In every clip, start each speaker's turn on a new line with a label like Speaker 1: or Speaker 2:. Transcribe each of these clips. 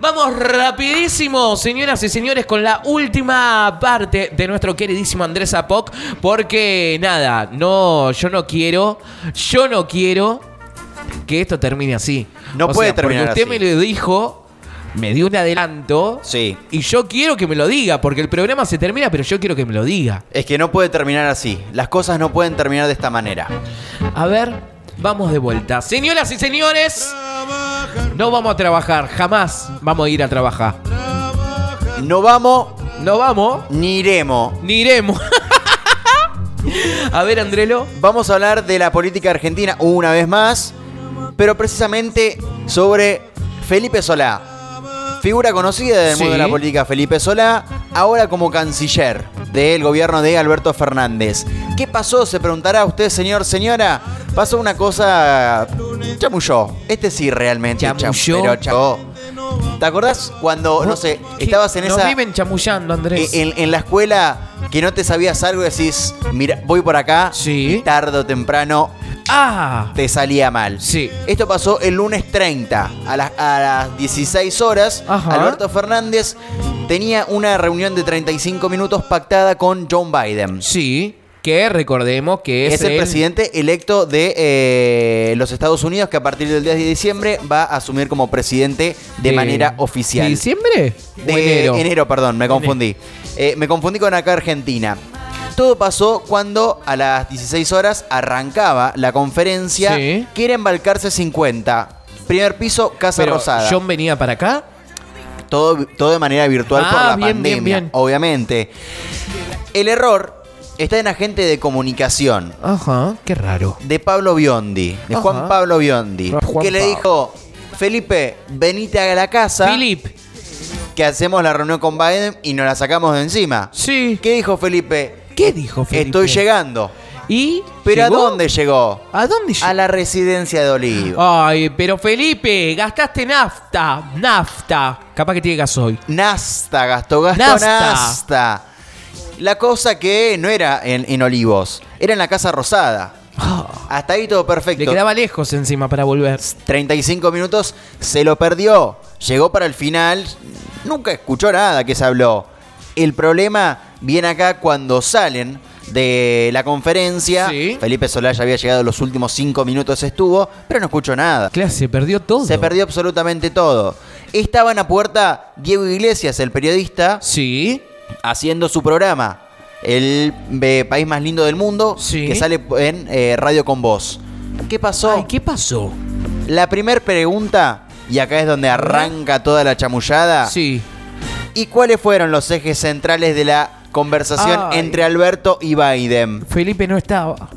Speaker 1: Vamos rapidísimo, señoras y señores, con la última parte de nuestro queridísimo Andrés Apoc. Porque nada, no, yo no quiero, yo no quiero que esto termine así.
Speaker 2: No puede terminar
Speaker 1: porque usted
Speaker 2: así.
Speaker 1: me lo dijo, me dio un adelanto.
Speaker 2: Sí.
Speaker 1: Y yo quiero que me lo diga, porque el programa se termina, pero yo quiero que me lo diga.
Speaker 2: Es que no puede terminar así. Las cosas no pueden terminar de esta manera.
Speaker 1: A ver, vamos de vuelta. Señoras y señores, no vamos a trabajar, jamás vamos a ir a trabajar.
Speaker 2: No vamos
Speaker 1: No vamos,
Speaker 2: ni iremos.
Speaker 1: ni iremos. a ver, Andrelo.
Speaker 2: Vamos a hablar de la política argentina una vez más, pero precisamente sobre Felipe Solá. Figura conocida del mundo de la
Speaker 1: Sí.
Speaker 2: política Felipe Solá, ahora como canciller del gobierno de Alberto Fernández. ¿Qué pasó? Se preguntará usted, señor, señora. Pasó una cosa chamulló. Este sí realmente chamu-
Speaker 1: Chamulló.
Speaker 2: pero chao. ¿Te acordás cuando, no sé, estabas en
Speaker 1: Nos
Speaker 2: esa
Speaker 1: viven chamullando, Andrés.
Speaker 2: Eh, en, en la escuela que no te sabías algo y decís, mira, voy por acá,
Speaker 1: Sí.
Speaker 2: y tarde o temprano
Speaker 1: Ah,
Speaker 2: te salía mal.
Speaker 1: Sí.
Speaker 2: Esto pasó el lunes 30, a las, a las 16 horas.
Speaker 1: Ajá.
Speaker 2: Alberto Fernández tenía una reunión de 35 minutos pactada con John Biden.
Speaker 1: sí, que recordemos que es,
Speaker 2: Es el presidente electo de eh, los Estados Unidos que a partir del 10 de diciembre va a asumir como presidente de, manera oficial.
Speaker 1: ¿De diciembre?
Speaker 2: De
Speaker 1: ¿O enero?
Speaker 2: enero. perdón, me confundí. Eh, me confundí con acá Argentina. Todo pasó cuando a las 16 horas arrancaba la conferencia
Speaker 1: Sí.
Speaker 2: que era embalcarse 50. Primer piso, Casa
Speaker 1: Pero,
Speaker 2: Rosada.
Speaker 1: ¿John venía para acá?
Speaker 2: Todo, todo de manera virtual por
Speaker 1: Ah,
Speaker 2: la
Speaker 1: bien,
Speaker 2: pandemia,
Speaker 1: bien, bien.
Speaker 2: obviamente. El error está en agente de comunicación
Speaker 1: Ajá, qué raro.
Speaker 2: de Pablo Biondi, de
Speaker 1: Ajá.
Speaker 2: Juan Pablo Biondi,
Speaker 1: Juan
Speaker 2: que le
Speaker 1: Pablo.
Speaker 2: dijo, Felipe, venite a la casa
Speaker 1: Philip,
Speaker 2: que hacemos la reunión con Biden y nos la sacamos de encima.
Speaker 1: sí.
Speaker 2: ¿Qué dijo Felipe?
Speaker 1: ¿Qué dijo Felipe?
Speaker 2: Estoy llegando.
Speaker 1: ¿Y?
Speaker 2: ¿Pero
Speaker 1: llegó?
Speaker 2: a dónde llegó?
Speaker 1: ¿A dónde llegó? Ah.
Speaker 2: A la residencia de Olivo.
Speaker 1: Ay, pero Felipe, gastaste nafta, nafta. Capaz que tiene gasoil.
Speaker 2: Nasta gastó, gastó
Speaker 1: Nasta.
Speaker 2: Nasta. La cosa que no era en, en Olivos, era en la Casa Rosada.
Speaker 1: Ah,
Speaker 2: Hasta ahí todo
Speaker 1: le
Speaker 2: perfecto.
Speaker 1: quedaba lejos encima para volver.
Speaker 2: 35 minutos, se lo perdió. Llegó para el final, nunca escuchó nada que se habló. El problema viene acá cuando salen de la conferencia.
Speaker 1: Sí.
Speaker 2: Felipe Solá ya había llegado, los últimos 5 minutos estuvo, pero no escuchó nada.
Speaker 1: Claro, se perdió todo.
Speaker 2: Se perdió absolutamente todo. Estaba en la puerta Diego Iglesias, el periodista,
Speaker 1: Sí.
Speaker 2: haciendo su programa. El eh, país más lindo del mundo,
Speaker 1: Sí.
Speaker 2: que sale en eh, Radio con Voz. ¿Qué pasó?
Speaker 1: Ay, ¿qué pasó?
Speaker 2: La primer pregunta, y acá es donde arranca toda la chamullada.
Speaker 1: Sí.
Speaker 2: ¿Y cuáles fueron los ejes centrales de la conversación
Speaker 1: Ay.
Speaker 2: entre Alberto y Biden?
Speaker 1: Felipe no estaba.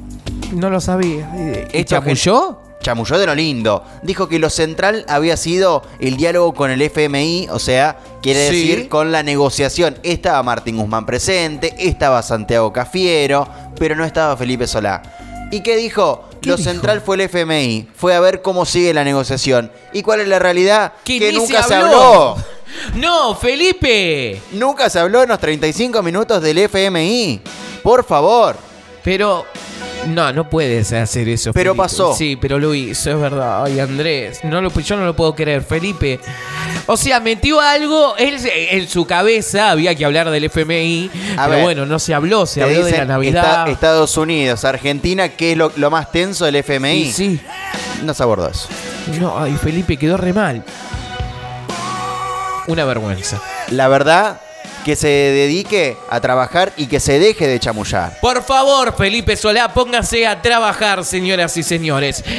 Speaker 1: No lo sabía. ¿Y
Speaker 2: Esto
Speaker 1: chamulló?
Speaker 2: Chamulló de lo lindo. Dijo que lo central había sido el diálogo con el FMI, o sea, quiere
Speaker 1: Sí.
Speaker 2: decir con la negociación. Estaba Martín Guzmán presente, estaba Santiago Cafiero, pero no estaba Felipe Solá. ¿Y qué dijo?
Speaker 1: ¿Qué
Speaker 2: lo
Speaker 1: dijo?
Speaker 2: central fue el FMI, fue a ver cómo sigue la negociación. ¿Y cuál es la realidad?
Speaker 1: ni
Speaker 2: nunca se habló.
Speaker 1: No, Felipe.
Speaker 2: Nunca se habló en los 35 minutos del FMI. Por favor.
Speaker 1: Pero. No, no puedes hacer eso.
Speaker 2: Pero
Speaker 1: Felipe.
Speaker 2: pasó.
Speaker 1: Sí, pero lo hizo, es verdad. Ay, Andrés, no lo, yo no lo puedo creer, Felipe. O sea, metió algo él, se- en su cabeza, había que hablar del FMI.
Speaker 2: A
Speaker 1: pero
Speaker 2: ver,
Speaker 1: bueno, no se habló, se
Speaker 2: Te
Speaker 1: habló de la
Speaker 2: dicen,
Speaker 1: Navidad.
Speaker 2: "Esta- Estados Unidos, Argentina, ¿qué es lo, lo más tenso del FMI?
Speaker 1: Y sí.
Speaker 2: No se abordó eso.
Speaker 1: No, ay, Felipe quedó re mal. Una vergüenza.
Speaker 2: La verdad, que se dedique a trabajar y que se deje de chamullar.
Speaker 1: Por favor, Felipe Solá, póngase a trabajar, señoras y señores.